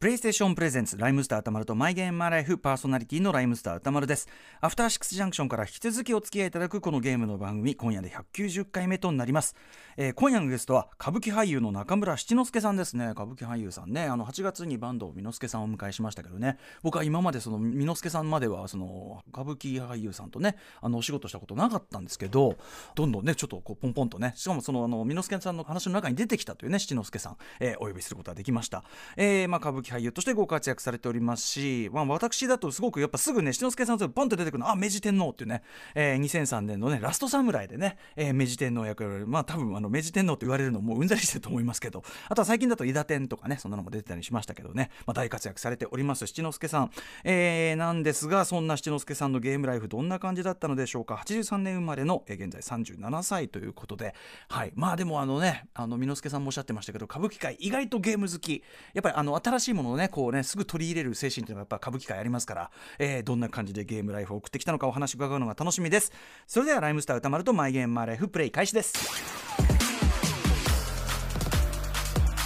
プレイステーションプレゼンツライムスター歌丸とマイゲームマイライフパーソナリティのライムスター歌丸ですアフターシックスジャンクションから引き続きお付き合いいただくこのゲームの番組今夜で190回目となります、えー今夜のゲストは歌舞伎俳優の中村七之助さんですね歌舞伎俳優さんねあの8月に坂東美之助さんをお迎えしましたけどね僕は今までその美之助さんまではその歌舞伎俳優さんとねあのお仕事したことなかったんですけどどんどんねちょっとこうポンポンとねしかもそのあの美之助さんの話の中に出てきたというね七之助さん、えーお呼びすることができました、えーまあ、歌舞伎俳優としてご活躍されておりますし、まあ、私だとすごくやっぱすぐね七之助さんとポンと出てくるのあ明治天皇っていうね、えー2003年のねラスト侍でね、えー明治天皇役をやられるまあ多分あの明治天皇と言われるのもううんざりしてると思いますけどあとは最近だと伊達天とかねそんなのも出てたりしましたけどね、まあ、大活躍されております七之助さん、えーなんですがそんな七之助さんのゲームライフどんな感じだったのでしょうか83年生まれの、えー現在37歳ということで、はい、まあでもあのねあの美之助さんもおっしゃってましたけど歌舞伎界意外とゲーム好きやっぱりあの新しいものをねこうねすぐ取り入れる精神というのがやっぱ歌舞伎界ありますから、えーどんな感じでゲームライフを送ってきたのかお話伺うのが楽しみですそれではライムスター歌丸とマイゲームマイライフプレイ開始です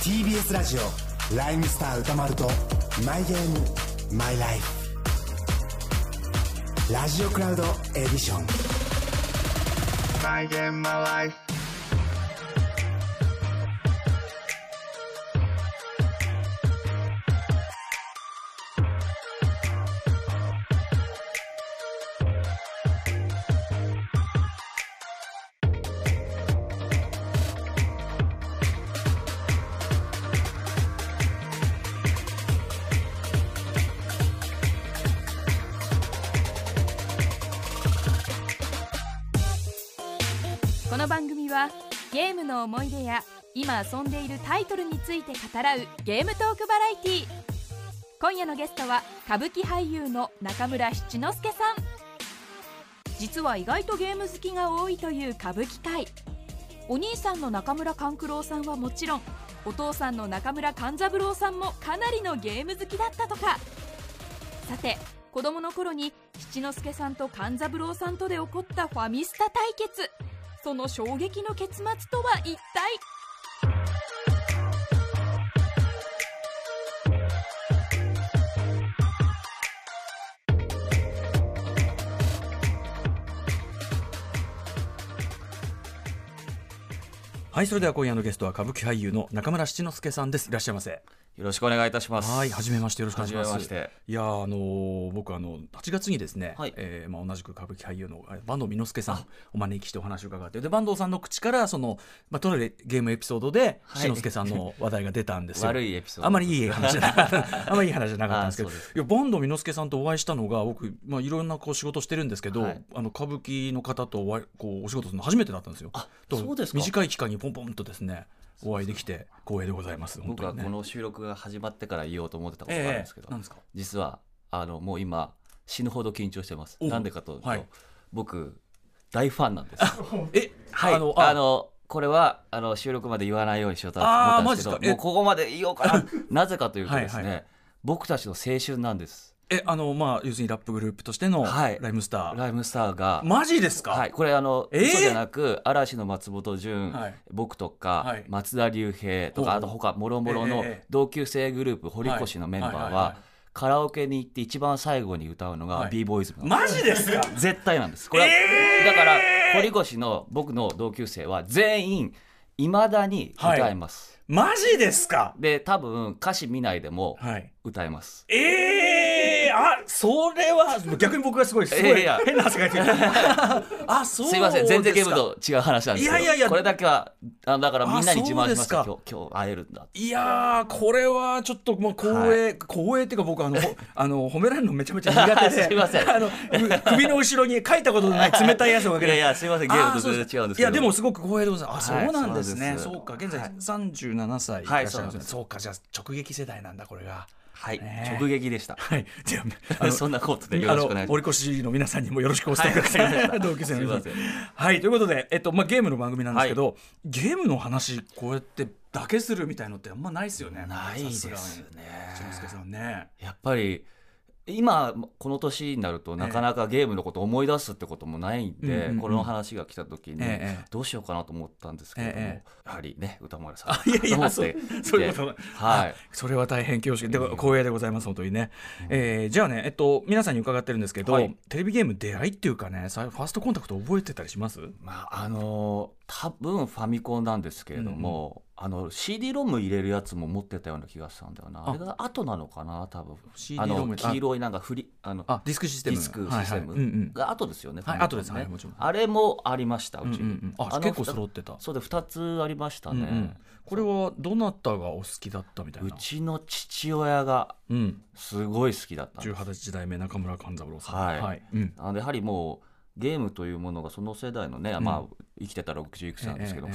TBS ラジオライムスター歌丸とマイゲームマイライフラジオクラウドエディション my game, my life. この番組はゲームの思い出や今遊んでいるタイトルについて語らうゲームトークバラエティー今夜のゲストは歌舞伎俳優の中村七之助さん実は意外とゲーム好きが多いという歌舞伎界お兄さんの中村勘九郎さんはもちろんお父さんの中村勘三郎さんもかなりのゲーム好きだったとかさて子供の頃に七之助さんと勘三郎さんとで起こったファミスタ対決その衝撃の結末とは一体はいそれでは今夜のゲストは歌舞伎俳優の中村七之助さんですいらっしゃいませよろしくお願いいたします。はい、はじめまして、よろしくお願いします。はじめましていやー、あのー僕、あの、8月にですね、はいえーまあ、同じく歌舞伎俳優のえー坂東美之助さん、お招きしてお話を伺って、で、坂東さんの口から、その、まあ、とあるゲームエピソードで、はい志の輔さん の話題が出たんですよ。悪いエピソード。あまりいい話じゃなか った。あまりいい話じゃなかったんですけど。あそうですいや、坂東美之助さんとお会いしたのが、僕、まあ、いろんなこう仕事してるんですけど、はいあの、歌舞伎の方とお会いこう、お仕事するの初めてだったんですよ。あとそうですか短い期間にポンポンとですね、お会いできて、光栄でございます。本僕当はにねこの収録が始まってから言おうと思ってたことがあるんえですけど、えなんですか実はあのもう今死ぬほど緊張してます。おなんでかというと、はい僕大ファンな んです。え、はい。ああのの、あこれはあの収録まで言わないようにしようと思あーったんですけマど、ジですもうかえここまで言おうかな。 なぜかというとですね、はいは僕たちの青春なんです。え、あの、まあ、要するにラップグループとしてのはラいイムスター。ライムスターが。マジですか、はい、これあの、えー嘘じゃなく嵐の松本潤、はい僕とか、はい松田龍平とほうほうかあと他もろもろえのえええ同級生グループ堀越のメンバーはいはいはいはカラオケに行って一番最後に歌うのはがい b ボーイズムマジですか絶対なんですこれは、だから堀越の僕の同級生は全員いまだに歌えます、マジですかで多分歌詞見ないでもはい。歌えます、ええー、あ、それは、逆に僕がすごい、すごいやい、いや変な汗かいて る。あ、そうですすいかません全然ゲームと違う話なんですけどいやいやいやこれだけはあのだからみんなに自慢しましたあ今そう日今日会えるんだいやー、これはちょっともう光栄、光栄っていうか僕あの、 ほあの、褒められるのめちゃめちゃ苦手で。すいませんあの、う首の後ろに書いたことのない冷たい汗をかけて。いやいやすいませんゲームと全然違うんですけどあーそかいや、でもすごく光栄でございます。あ、はいそうなんですね。そうそなんですうか、現在37歳いはいらっしゃいますねそうなんですそうか、じゃあ直撃世代なんだ、これが。はい、ねえ直撃でした。はい。じゃ あ、あの そんなことでよあろしのくお願いしま堀越の皆さんにもよろしくお伝えください、は い同級生の皆すさいんませんはいということで、えっとまあ、ゲームの番組なんですけど、ゲームの話こうやってだけするみたいのってあんまないですよねないですさがにね一之輔さんねす。やっぱり今この年になるとなかなかゲームのことを思い出すってこともないんええうんで、うんうんこの話が来た時にええどうしようかなと思ったんですけれども、えやはりね歌丸さんいやいや と思っそうてそういうことではいそれは大変恐縮で光栄でございます本当にね、えーじゃあねえっと皆さんに伺ってるんですけど、はいテレビゲーム出会いっていうかねさファーストコンタクト覚えてたりしますまああのー多分ファミコンなんですけれども、あの CD ロム入れるやつも持ってたような気がしたんだよなああれが後なのかな多分 CD あロムのあ黄色いなんかフリあのあディスクシステムディスクシステムはいはいうんうんが後ですよね、はいファミコン後ですはいもちろんあれもありましたうちに、うんうんうんあの結構揃ってたそうで2つありましたうんね、うんこれはどなたがお好きだったみたいうなちの父親がうんすごい好きだったんです18時代目中村勘三郎さんはいうんあのやはりもうゲームというものがその世代のね、まあ、生きてたら60いくつなんですけど、ええ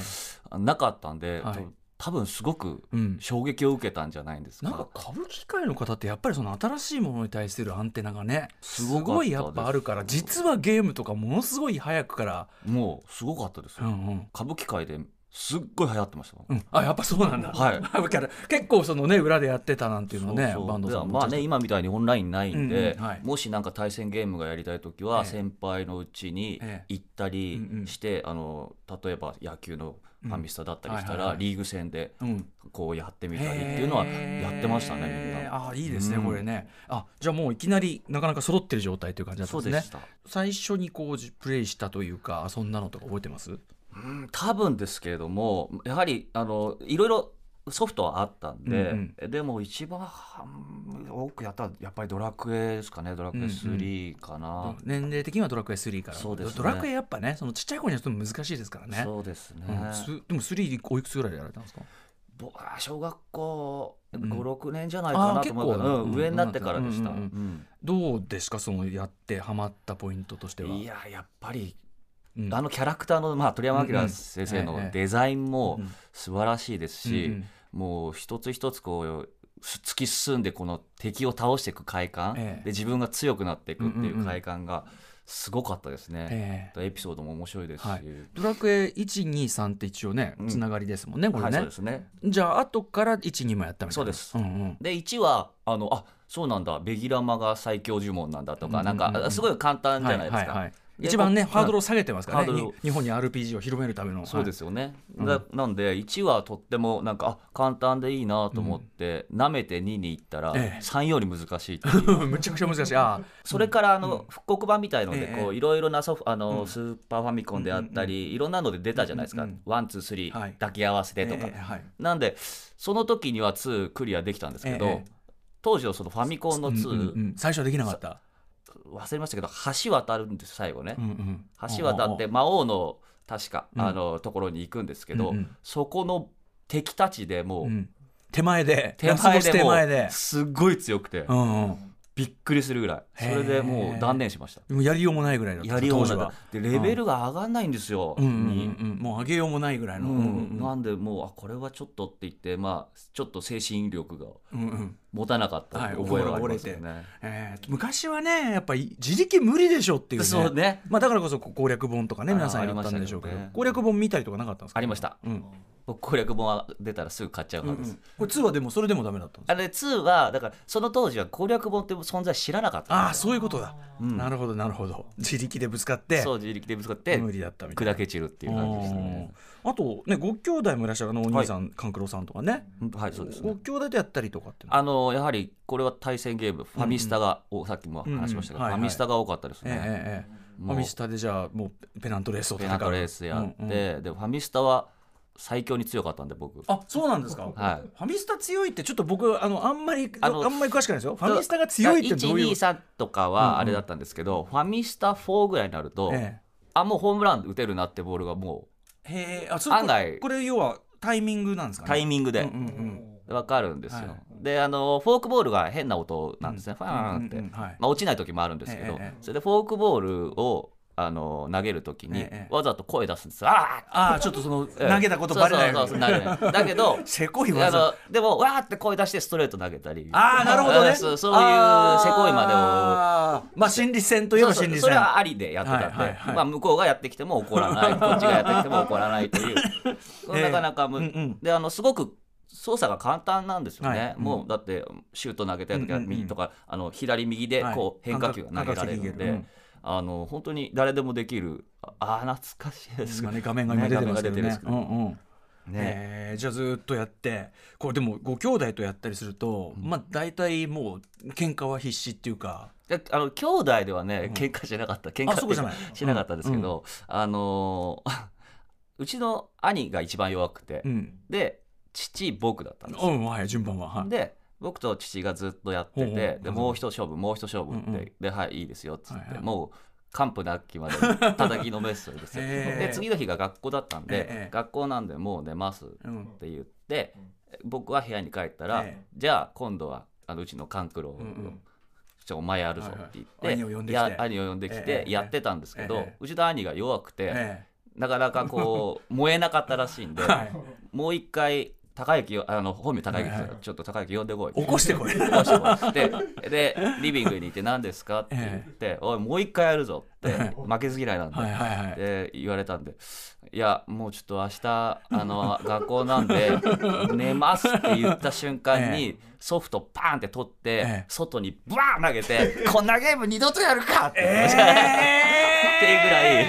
えなかったんで、はい多分すごくうん衝撃を受けたんじゃないんですか。なんか歌舞伎界の方ってやっぱりその新しいものに対するアンテナがねすすごかったですごいやっぱあるから実はゲームとかものすごい早くからもうすごかったですうよ、んうん歌舞伎界ですっごい流行ってましたもんうん、あやっぱそう なんだ、はい歌舞伎から結構そのね裏でやってたなんていうのはねそうそうバンドさんでもまあね今みたいにオンラインないんで、うんうんはいもしなんか対戦ゲームがやりたい時えはえ先輩のうちにええ行ったうんうんりして、あの例えば野球のファミスタだったりしたうんはいはいらはいリーグ戦でうんこうやってみたりっていうのはやってましたね、みんへーな。あいいですね、うんこれねあじゃあもういきなりなかなか揃ってる状態という感じだったそんうですでねした。最初にこうじプレイしたというか遊んだのとか覚えてますうん多分ですけれどもやはりあのいろいろソフトはあったんで、うんでも一番うん多くやったのはやっぱりドラクエですかねドラクエ3かな、年齢的にはドラクエ3からそうですねドラクエやっぱねそのちっちゃい子にはちょっと難しいですからねそうですね、うんすでも3おいくつぐらいでやられたんですか僕は小学校ん56、6年じゃないかなと思うけあー結ど、構うんうん上になってからでした、うんうんうんどうですかそのやってハマったポイントとしてはいややっぱりうんあのキャラクターの、まあ、鳥山うんう明ん先生ええのデザインもうん素晴らしいですし、うんうんもう一つ一つこうす突き進んでこの敵を倒していく快感、ええで自分が強くなっていくっていんうんううんう快感がすごかったですね、ええエピソードも面白いですし、はいドラクエ123って一応ねうんつながりですもんね、これはいね、そうですねじゃあ後から12もやったみたいなそうですんうんで1はあのあそうなんだベギラマが最強呪文なんだとか、うんうんうんなんかすごい簡単じゃないですか、はいはいはい一番ねこうハードルを下げてますからね、ハードルに日本に RPG を広めるための、そうですすよね、だなんで1はとってもなんかあ簡単でいいなと思って、舐めて2に行ったらええ3より難しいっ ていうはいむちゃくちゃ難しいあそれからあの復刻版みたいのでええこういろいろなソフあのスーパーファミコンであったりいろんなので出たじゃないですうかんうんワンツースリーはい抱き合わせーてとかえーはいなんでその時には2クリアできたんですけえどえ当時のそのファミコンのうんうんう2ん最初はできなかった、忘れましたけど橋渡るんです最後ねうんうん橋渡って魔王の確かあのところに行くんですけうどんうんそこの敵たちでもううん手前で手前ラスボス手前ででもすっごい強くてうんうんびっくりするぐらいそれでもう断念しましたでもやりようもないぐらいだったやりよう当時がなはいでレベルが上がんないんですよ、うんうんにうんうんもう上げようもないぐらいの、うんなんでもうあこれはちょっとって言ってまあちょっと精神力がうんうん持たなかったはい覚えがありますよね。えー昔はねやっぱり自力無理でしょっていうねそうねまあ、だからこそこう攻略本とかねあー皆さんやったんでしょうけどありましたけどね攻略本見たりとかなかったんですかありました、うん僕攻略本は出たらすぐ買っちゃう派です、これ2はでもそれでもダメだったんですあれ2はだからその当時は攻略本って存在知らなかったああんーですそういうことだ、うんなるほどなるほど自力でぶつかっよてそう自力でぶつかって無理だったみたいな砕け散るっていう感じでしたねあーあとねご兄弟もいらっしゃるあのお兄さん、勘九郎さんとかねうんはいそうですねご兄弟とやったりとかっていうのはあのやはりこれは対戦ゲームファミスタが、おさっきも話しましたけど、うんうんはいはいファミスタが多かったですね、ええええフもァうミスタでじゃあもうペナントレースをペ戦うナントレースやって、うんうんでファミスタは最強に強かったんで僕あそうなんですか、はいファミスタ強いってちょっと僕あのあんまりああのんまり詳しくないですよファミスタが強いってどういう123とかはあれだったんですけど、ファミスタ4ぐらいになると、えあもうホームラン打てるなってボールがもえ、へえあそれこれ案外これ要はタイミングなんですかうねタイミングでうんうん分かるんですよ、はいであのフォークボールが変な音なんですね、ファーンって、うんうんうんはいまあ、落ちない時もあるんですけど、ええええそれでフォークボールをあの投げる時に、ええええわざと声出すんですよあーああちょっとそのええ投げたことバレないようにそうそうそうそ う投げないだけどせこいあ技のでもわーって声出してストレート投げたりああなるほどねそうそういうせこいまでををまあ心理戦といえばそ心うそう理戦それはありでやってたんで、はいはいはいまあ、向こうがやってきても 怒らないこっちがやってきても怒らないという、ええなかなかむ、うんうんであのすごく操作が簡単なんですよね、はいもうだってシュート投げたりとか,、うんうんうん右とかあの左右ではいこう変化球が投げられる感覚ので、感覚的にいけるうんあの本当に誰でもできるああー懐かしいです今ね画面が今出てますけど画面が出てるんでねす。けうどんうんねえーじゃあずっとやってこれでもご兄弟とやったりすると、まあ大体もう喧嘩は必死っていうかであの兄弟ではね喧嘩しなかった喧嘩あそうっていじゃうないかしなかったですけど、あのー うちの兄が一番弱くて、うん、で父僕だったんですようん、はい順番ははいで僕と父がずっとやってほうほうてでうんもう一勝負もう一勝負って、うんうんではいいいですよっつって、はいはいもう完膚なきまで 叩きのめすというですよへえで次の日が学校だったんで、ええ学校なんでもう寝ますってうん言って、僕は部屋に帰ったら、ええじゃあ今度はあのうちの勘九郎を、うんうんちょお前やるぞって言って、はいはい兄を呼んできてや兄を呼んできええてええやってたんですけえど、えうちの兄が弱くて、えなかなかこ う燃えなかったらしいんで、はいもう一回高之よあの本名高之さんはいはいちょっと高之呼んでこいえ起こしてこれ起こしてこいででリビングに行って何ですかって言って、おいもう一回やるぞってえ負けず嫌いなんで。はいはいはいで言われたんで「いやもうちょっと明日あの学校なんで寝ます」って言った瞬間えにソフトパーンって取って、ええ外にバーン投げて「こんなゲーム二度とやるか!」って,、ってい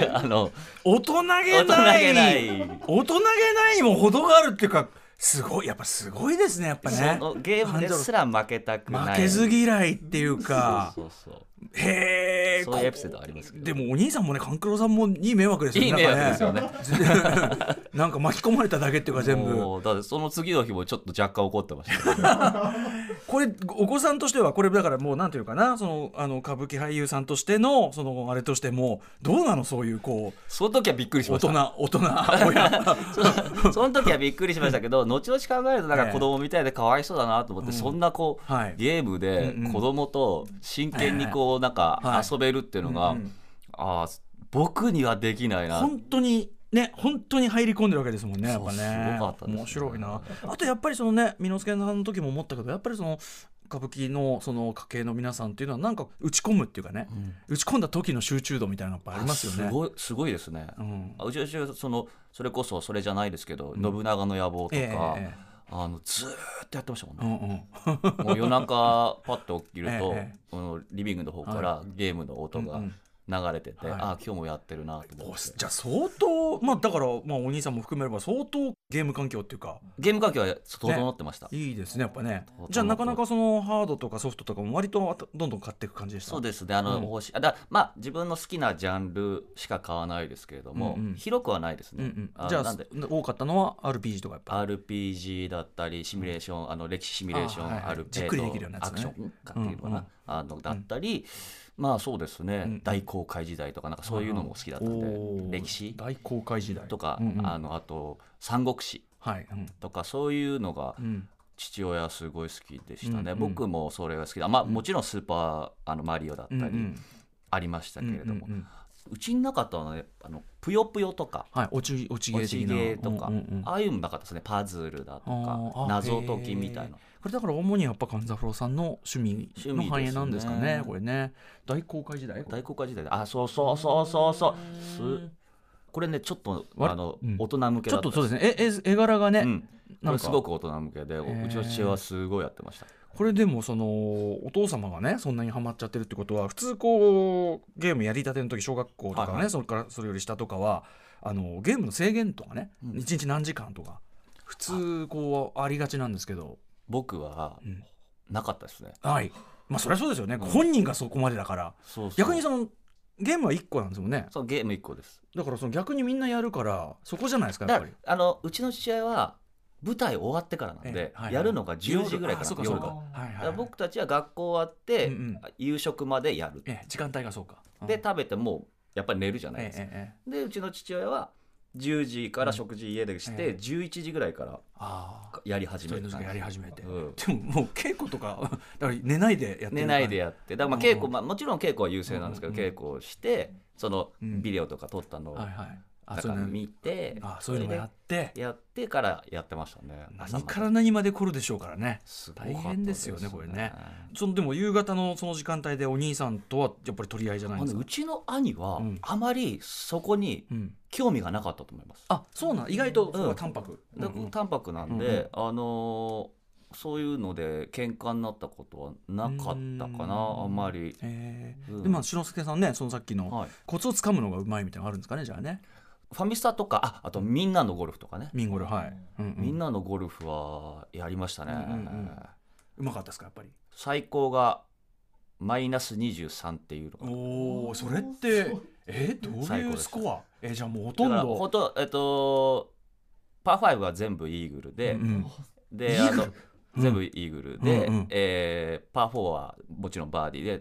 うぐらいあの大人げ大人ないげない。大人げないにも程があるっていうかすごいやっぱすごいですねやっぱねそのゲームですら負けたくない負けず嫌いっていうかそうそうへえそういうエピソードありますけどでもお兄さんもね勘九郎さんもいい迷惑ですよねいい迷惑ですよねなんか ねなんか巻き込まれただけっていうか全部もうだってその次の日もちょっと若干怒ってましたよね、これお子さんとしてはこれだからもうなんていうかなそのあの歌舞伎俳優さんとしてのそのあれとしてもどうなのそういうこうその時はびっくりし大ました人大人親 その時はびっくりしましたけど後々考えるとなんか子供みたいでかわいそうだなと思って、そんなこう、はいゲームでうんうん子供と真剣にこうなんはかい遊べるっていうのが、うんうんああ僕にはできないな本当にね本当に入り込んでるわけですもんねやっぱねそうすごかったですね面白いなあとやっぱりそのね美之助さんの時も思ったけどやっぱりその歌舞伎のその家系の皆さんっていうのはなんか打ち込むっていうかね、打ち込んだ時の集中度みたいなのやっぱありますよねすごいすごいですね、うんあうちうちはそのそれこそそれじゃないですけど、信長の野望とか、ええええあのずーっとやってましたもんうね、んうんもう夜中パッと起きると、ええこのリビングの方からゲームの音が流れてて、うんうんはいああ今日もやってるなと思おって、じゃあ相当まあだから、まあ、お兄さんも含めれば相当ゲーム環境っていうかゲーム環境は整ってました、いいですねやっぱねそうじゃあなかなかそのハードとかソフトとかも割とあとどんどん買っていく感じでしたそうですねあの、うん欲しいあだまあ自分の好きなジャンルしか買わないですけれども、うんうん広くはないですうんね、うん、じゃなあんで多かったのは RPG とかやっぱ RPG だったりシミュレーション、あの歴史シミュレーションあーはいはいあるじっくりできるようなやつねアクションかっていうのかな、うんうんあのだったり、まあそうですね、ん大航海時代とかなんかそういうのも好きだったんで、おー歴史大航海時代とか、うんうんあのあと三国志はい、うんとかそういうのがうん父親すごい好きでしたね、うんうん僕もそれが好きだまあもちろんスーパーあのマリオだっうんうたりんありましたけれども、ううんうんうんちになかったのはねあのぷよぷよとかはい落ち落ち芸落ち的なゲーとか、うんうんうんああいうのなかったですねパズルだとあかー謎解きみたあいなへーこれだから主にやっぱ勘三郎さんの趣味の趣味反で映すねなんですかねこれね大航海時代大航海時代であそうそうそうそうそうすこれねちょっとわあの、うん大人向けちょっだったとそうですねええ絵柄がね、うんこなんかれすごく大人向けでうちの父親はすごいやってましたこれでもそのお父様がねそんなにハマっちゃってるってことは普通こうゲームやりたての時小学校とかね、はいはいそれからそれより下とかはあのゲームの制限とかね、うん一日何時間とか普通こうありがちなんですけど僕はんなかったですね、はいまあそりゃそうですよね、本人がそこまでだからそうそう逆にそのゲームは1個なんですもんねそうゲーム一個ですだからその逆にみんなやるからそこじゃないですかやだっかぱらり。あのうちの父親は舞台終わってからなんえで、えはいはいやるのが10時ぐらいからあそうかそう夜か、がはいはいだから僕たちは学校終わって、うんうん夕食までやる、ええ時間帯がそうか。でうん食べてもやっぱり寝るじゃないえですえか、ええでうちの父親は10時から食事家でして、ええ11時ぐらいからああやり始一め人たの時間やり始めて、うんでももう稽古とか だから寝ないでやってる寝ないでやってだからまあうんうん稽古、まあ、もちろん稽古は優勢なんですけど、うんうん稽古をしてそのうんビデオとか撮ったのをはいはいあだそうかいうらの見てあそういうのもやってそれでやってからやってましたね何朝までから何まで来るでしょうからねすごかった大変ですよねこれねそのでも夕方のその時間帯でお兄さんとはやっぱり取り合いじゃあないんですのかうちの兄はうんあまりそこにうん興味がなかったと思います、あそうなん意外とそこは淡白だうんうん淡白なんで、あのーそういうので喧嘩になったことはなかったかなうんあんまり、えーうんでまあ篠介さんねそのさっきの、はい、コツをつかむのがうまいみたいなのあるんですかねじゃあねファミスタとかああとみんなのゴルフとかね、ミンゴルはい、うんうんみんなのゴルフはやりましたね、うんうんうんうまかったですかやっぱり最高がマイナス23っていうのがおおそれってえ最高でしたアえじゃあもうほだからほとえっとパー5は全部イーグルで、うんイでーグあルの全部イーグルで、うんうんえーパー4はもちろんバーディーで、ん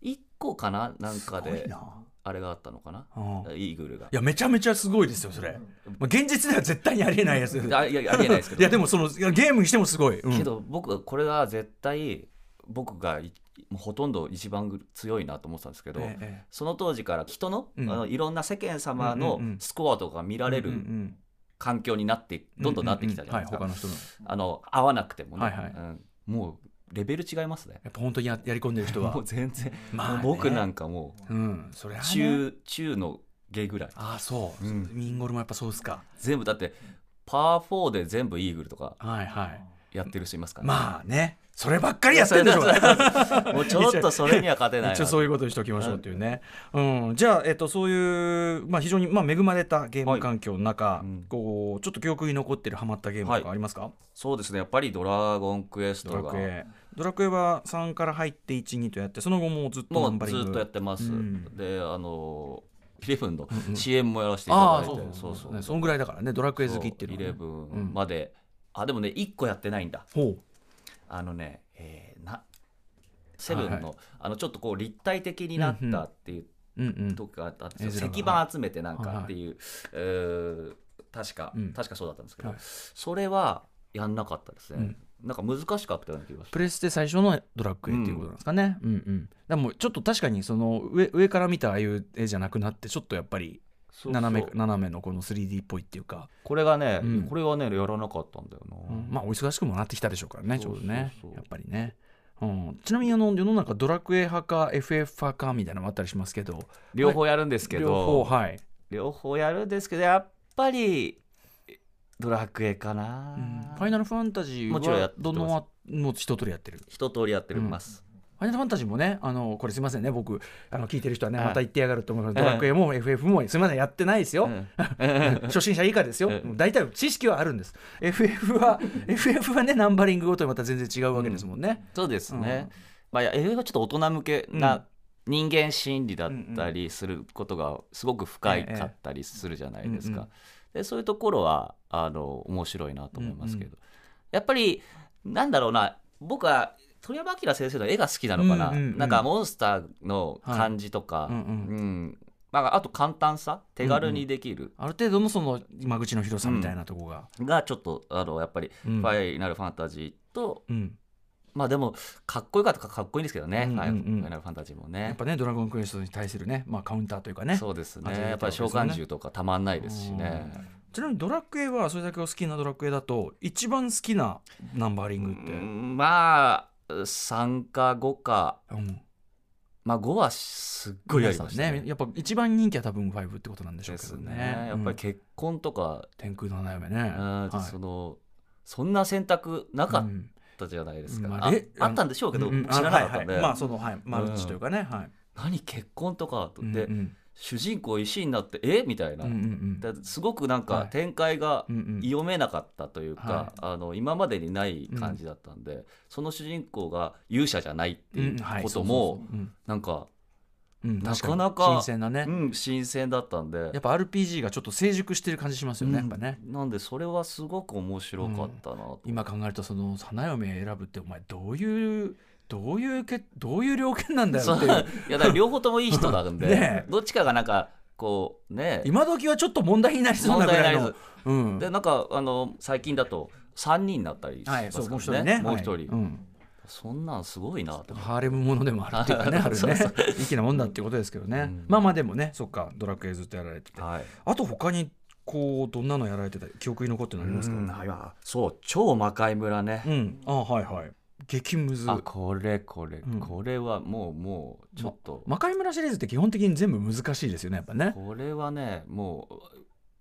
一1個かななんかすごいでなあれがあったのかな、うんいイーグルが。やめちゃめちゃすごいですよそれ、まあ、現実では絶対にありえないやつあいやありえないですけどいやでもそのいやゲームにしてもすごい、うんけど僕はこれが絶対僕がいもうほとんど一番強いなと思ってたんですけど、ええその当時から人の,、うんあのいろんな世間様うのんうんうんスコアとかが見られうんうるん環境になってどんどんなってきたじゃないですうんうんうんはい他の人かのあの合わなくてもね、はいはいうんもうレベル違いますねやっぱ本当にややり込んでる人はもう全然、まあねもう僕なんかもうんそれうは、ね、中中の下ぐらいああそう、うんミンゴルもやっぱそうですか全部だってパー4で全部イーグルとかはいはいやってる人いますからね、まあねそればっかりやってんでしょうねもうちょっとそれには勝てない な一応そういうことにしておきましょうっていうね、うん、じゃあ、えっと、そういう、まあ、非常に、まあ、恵まれたゲーム環境の中、いうんこうちょっと記憶に残ってるハマったゲームとかありますか、そうですねやっぱり「ドラゴンクエスドトラがク」エドラクエは3から入って12とやってその後もうずっともナンバうリンずグっとやってます、うんであのピレフンのうんうん CM もやらせていあたあだそいうて、そそううそそううねそんぐらいだからねドラクエ好きっていうのは、ね、 11まで、あでもね1個やってないんだほあのねえーなセブンの,、はいはあのちょっとこう立体的になったっていうううんうん時があったんですよ、絵面が石板集めてなんはいはかいっていう、えー確か、うん確かそうだったんですけど、はいそれはやんなかったですね、うんなんか難しかったような気がしますプレステ最初のドラクエっていうことなんですかね、うん、うんでもちょっと確かにその上上から見たああいう絵じゃなくなってちょっとやっぱりそうそう斜め斜めのこの 3D っぽいっていうか、これがね、うんこれはねやらなかったんだよな、うんまあお忙しくもなってきたでしょうからねちょうどねそうそうそうやっぱりね、うん、ちなみにあの世の中ドラクエ派か FF 派かみたいなのもあったりしますけど両方やるんですけど、両方はい両方やるんですけどやっぱりドラクエかな、うんファイナルファンタジーもちろんやはってますどのはもう一通りやってる一通りやってます、ファイナルファンタジーもねあのこれすいませんね僕あの聞いてる人はねはいまた言ってやがると思うけどええドラクエも FF もすいませんやってないですよ、うん初心者以下ですよ、ええもう大体知識はあるんです FF は FF はねナンバリングごとにまた全然違うわけですもんね、そうですね、うまあいや映画はちょっと大人向けうんな人間心理だったりすることがすごく深いかったりするじゃないですえか、でそういうところはあの面白いなと思いますけど、やっぱりなんだろうな僕は鳥山明先生の絵が好きなのかな、うんうんうんなんかモンスターの感じとか、はいうんうんうんまあ、あと簡単さ手軽にできる、ある程度のその間口の広さみたいなとこが、がちょっとあのやっぱり「うんファイナルファンタジーと」うんまあでもかっこよかったかかっこいいんですけどね「うんうんうんファイファイナルファンタジー」もねやっぱね、ドラゴンクエストに対するね、まあ、カウンターというかね、そうです味ねが出たやっぱり召喚獣とかたまんないですしねちなみにドラクエは、それだけお好きなドラクエだと、一番好きなナンバリングっうて、んまあ3か5かうん、まあ5はすっごいやりました皆さんねやっぱ一番人気は多分5ってことなんでしょでうけすどね。ねやっぱうんり結婚とか、天空の悩みね。うはんいそのそんな選択なかうっんたじゃないですか、まああれあったんでしょうけど、うんうん知らなかったんあはいはで、いまあ、その、はい、マルチというかね、はい。何結婚とかって、うんうん主人公石になってえみたいな、うんうんだすごくなはんかい展開がうんうん読めなかったというはか、あの今までにない感じだったんで、その主人公が勇者じゃないってういんうはいこともそうそうそううんなんか、うんな確かになか新鮮なね、うん、新鮮だったんでやっぱ RPG がちょっと成熟してる感じしますよね、うんやっぱね。なんでそれはすごく面白かったなと、今考えるとその花嫁選ぶってお前どういうどういうけどういう条件なんだよそうっていいうやだから両方ともいい人なんで、 ねえどっちかがなんかこうね今時はちょっと問題になりそうなぐらい問題になのり、うん、でなんかあの最近だと3人になったりしはまいすそうもう一人からねねもう一人、はいうんそんなんすごいなとハーレムものでもあるっていう かねあるそうねそう粋なもんだっていうことですけどね、うんまあまあでもねそっかドラクエずっとやられてて、はいあと他にこうどんなのやられてた記憶に残ってるのありますかうんあそう超魔界村ね、うん、あはいはい激ムズあこれこれ、うんこれはもうもうちょっと、魔界村シリーズって基本的に全部難しいですよねやっぱねこれはねも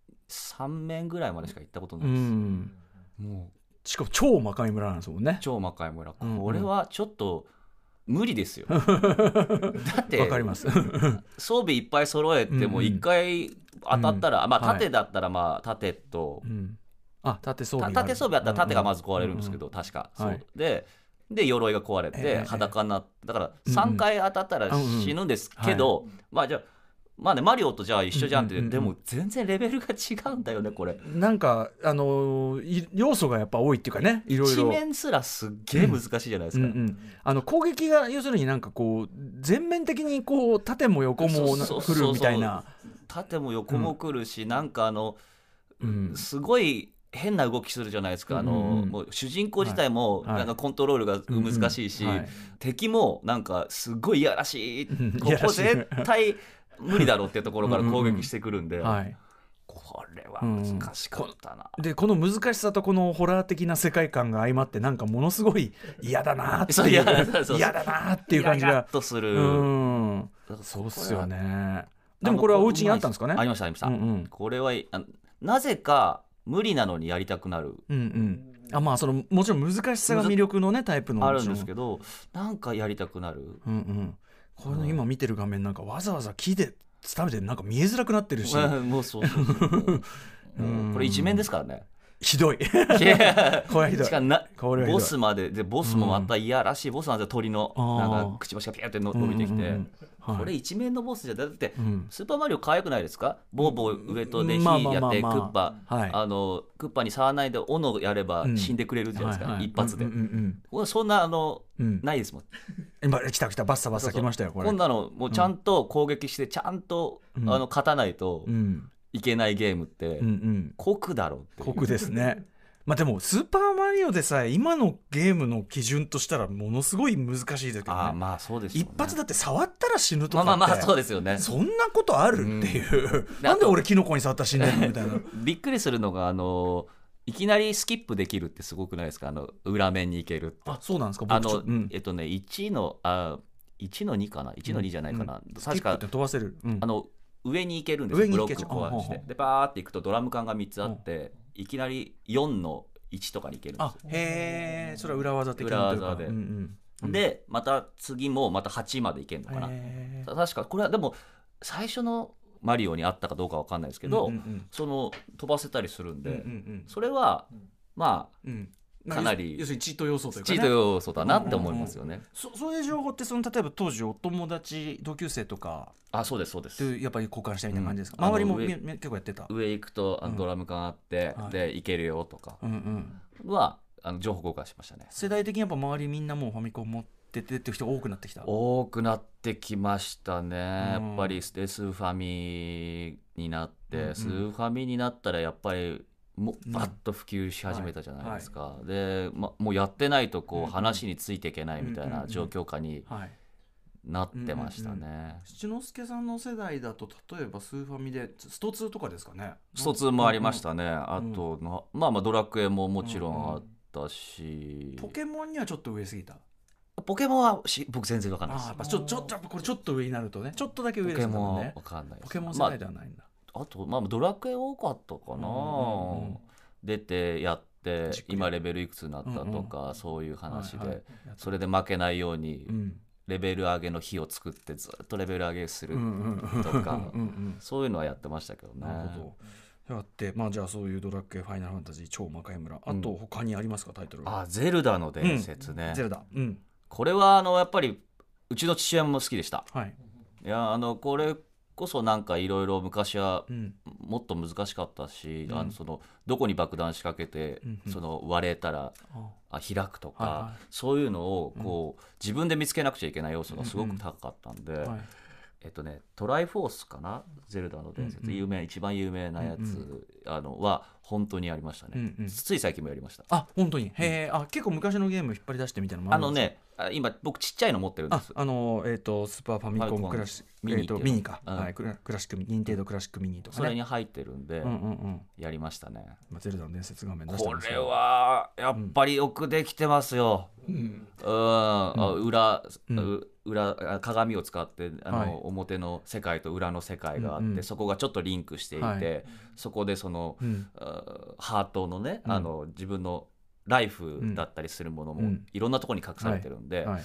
う3面ぐらいまでしか行ったことなういです、んもうしかも超魔界村なんですもんね超魔界村うんうんこれはちょっと無 理ですよ、だってわかります装備いっぱい揃えてもうんうん1回当たったら、まあはい盾だったらまあ盾とう、んあ縦装た備がある盾装備だったら盾がまず壊れるんですけど、う確か、はいそうでで鎧が壊れて、ええ裸になだからうん3回当たったらうんうん死ぬんですけど、まあじゃあまあねマリオとじゃあ一緒じゃんって、うんうんうんでも全然レベルが違うんだよねこれ。んなんかあのーい要素がやっぱ多いっていうかねいろい地ろ面すらすっげえ難しいじゃないですうんか。うん、あの攻撃が要するになんかこう全面的にこう縦も横もなそう来そうそうるみたいな縦も横も来るし、なんかあのうんすごい変な動きするじゃないですか、あうんうんのうんもう主人公自体もはいなんかコントロールが難しいし、うんうんはい敵もなんかすごいいやらしい、ん いこやらこしい絶対無理だろうっていうとこ ろから攻撃してくるんで、はい、これは難しかったな。でこの難しさとこのホラー的な世界観が相まってなんかものすごい嫌だなってそうい嫌うだそうそう嫌だなっていう感じイラがッとする、うんだからそうっすよこねれでもこれはお家にあったんですかねありましたありました、うんうんこれはあのなぜか無理なのにやりたくなるうんうんあまあそのもちろん難しさが魅力のねタイプのあるんですどけどなんかやりたくなるうんうんこれの今見てる画面なんかわざわざ木で伝めてなんか見えづらくなってるし もうそうそうそう もうもうこれ一面ですからねひどい これはひどいしかもなこれはひどいボスまででボスもまたいやらしい、ボスなんですよ鳥のあーなんかくちばしがピューっての伸びてきて、うんうんうんはいこれ一面のボスじゃだって、うんスーパーマリオ可愛くないですかボーボー上とでうん火まやあって、まあまあまあクッパ、はいあのクッパに触らないで斧やればうん死んでくれるじゃないですか、はは一発で、うんうんこれそんなあの、うんないですもん今来た来たバッサバッそうサそう来ましたよこれこんなのもうちゃんと攻撃してちゃんと、うんあの勝たないとうんいけないゲームって、うんうん酷だろっていう酷ですねまあでもスーパーマリオでさえ今のゲームの基準としたらものすごい難しいですけどああねまあそうですよね一発だって触ったら死ぬとまかっあてまあまあそうですよねそんなことあるっていう、んなんで俺キノコに触ったら死んでるのみたいなびっくりするのがあのいきなりスキップできるってすごくないですかあの裏面に行けるってあそうなんですかあ僕ちょの、っとうんえっとね1のあ1の2かな1の2じゃないかな、うん確スキッかプって飛ばせる、うんあの上に行けるんです上よにブ行ロけッちクゃう壊しほうほうてほうでバーって行くとドラム缶が3つあっていきなり4の1とかに行けるんですよあへえそれは裏技的なというか裏技でうんうんうんでまた次もまた8まで行けるのかな、へー確かこれはでも最初のマリオにあったかどうかわかんないですけど、うんうんその飛ばせたりするんうで、んうんうんそれは、まあうんかなり要するにチート要素というかチねート要素だなって思いますよね。そそういう情報ってその例えば当時お友達同級生とかあそうですそうでとす。やっぱり交換したみたいな感じですか、うん周りもあのみ上み結構やってた上行くとあうんのドラム缶あって、はいで行けるよとかうんうんはあの情報交換しましたね。世代的にやっぱ周りみんなもうファミコン持っててっていう人が多くなってきた多くなってきましたね。やうんっぱりスでスーファミになって、うんうんスーファミになったらやっぱりもうんバッと普及し始めたじゃないですか。で、ま、もうやってないとこう話についていけないみたいな状況下にはいなってましたね。七之助さんの世代だと例えばスーファミでスト2とかですかねスト2もありましたね、あとなまあまあドラクエももちろんあったし、ポケモンにはちょっと上すぎたポケモンはし僕全然わかんないあでーすやっぱちょちょちょこれちょっと上になるとねちょっとだけ上ポですケけモンどはねわかんないですポケモン世ま代ではないんだ、あ、あとまあドラクエ多かったかな、うんうんうん出てやってじっくり今レベルいくつになったとか、そういう話で、はいはいそれで負けないようにうんレベル上げの日を作ってずっとレベル上げするうんうんうんとか、うんうんそういうのはやってましたけどねなるほど。だって、まあ、じゃあそういうドラッグファイナルファンタジー超魔界村。あと、他にありますか、タイトルは。あゼルダの伝説ね、ゼルダ。うん。これはあのやっぱりうちの父親も好きでしたはい。いやあのこれこそなんかいろいろ昔はうん。もっと難しかったし、うんあのそのどこに爆弾仕掛けて、うんうんその割れたらああ開くとか、はいはいそういうのをこう、自分で見つけなくちゃいけない要素がすごく高かったんで、はい。えっとね、トライフォースかな、ゼルダの伝説、うんうん有名、一番有名なやつ、うんあのは本当にやりましたね、うんうんつい最近もやりました。あ本当にへえ、あ結構昔のゲーム引っ張り出してみたいなもあるのんですね、あ今、僕、ちっちゃいの持ってるんであす。あのえっ、とスーパーファミファコミコンンクラシックミニえーとっていうのミニか、うんはいクラクラシックミニ任天堂クラシックミニとかそねれに入ってるんで、うんうんうんやりましたね。まあ、ゼルダの伝説画面出してこますけれどはやっぱりよくできてますよ。うん、あ裏、うんう裏あ鏡を使ってあの、はい表の世界と裏の世界があって、うんうんそこがちょっとリンクしていて、はいそこでその、うんあハートのね、うんあの自分のライフだったりするものも、うんいろんなところに隠されてるんで、はい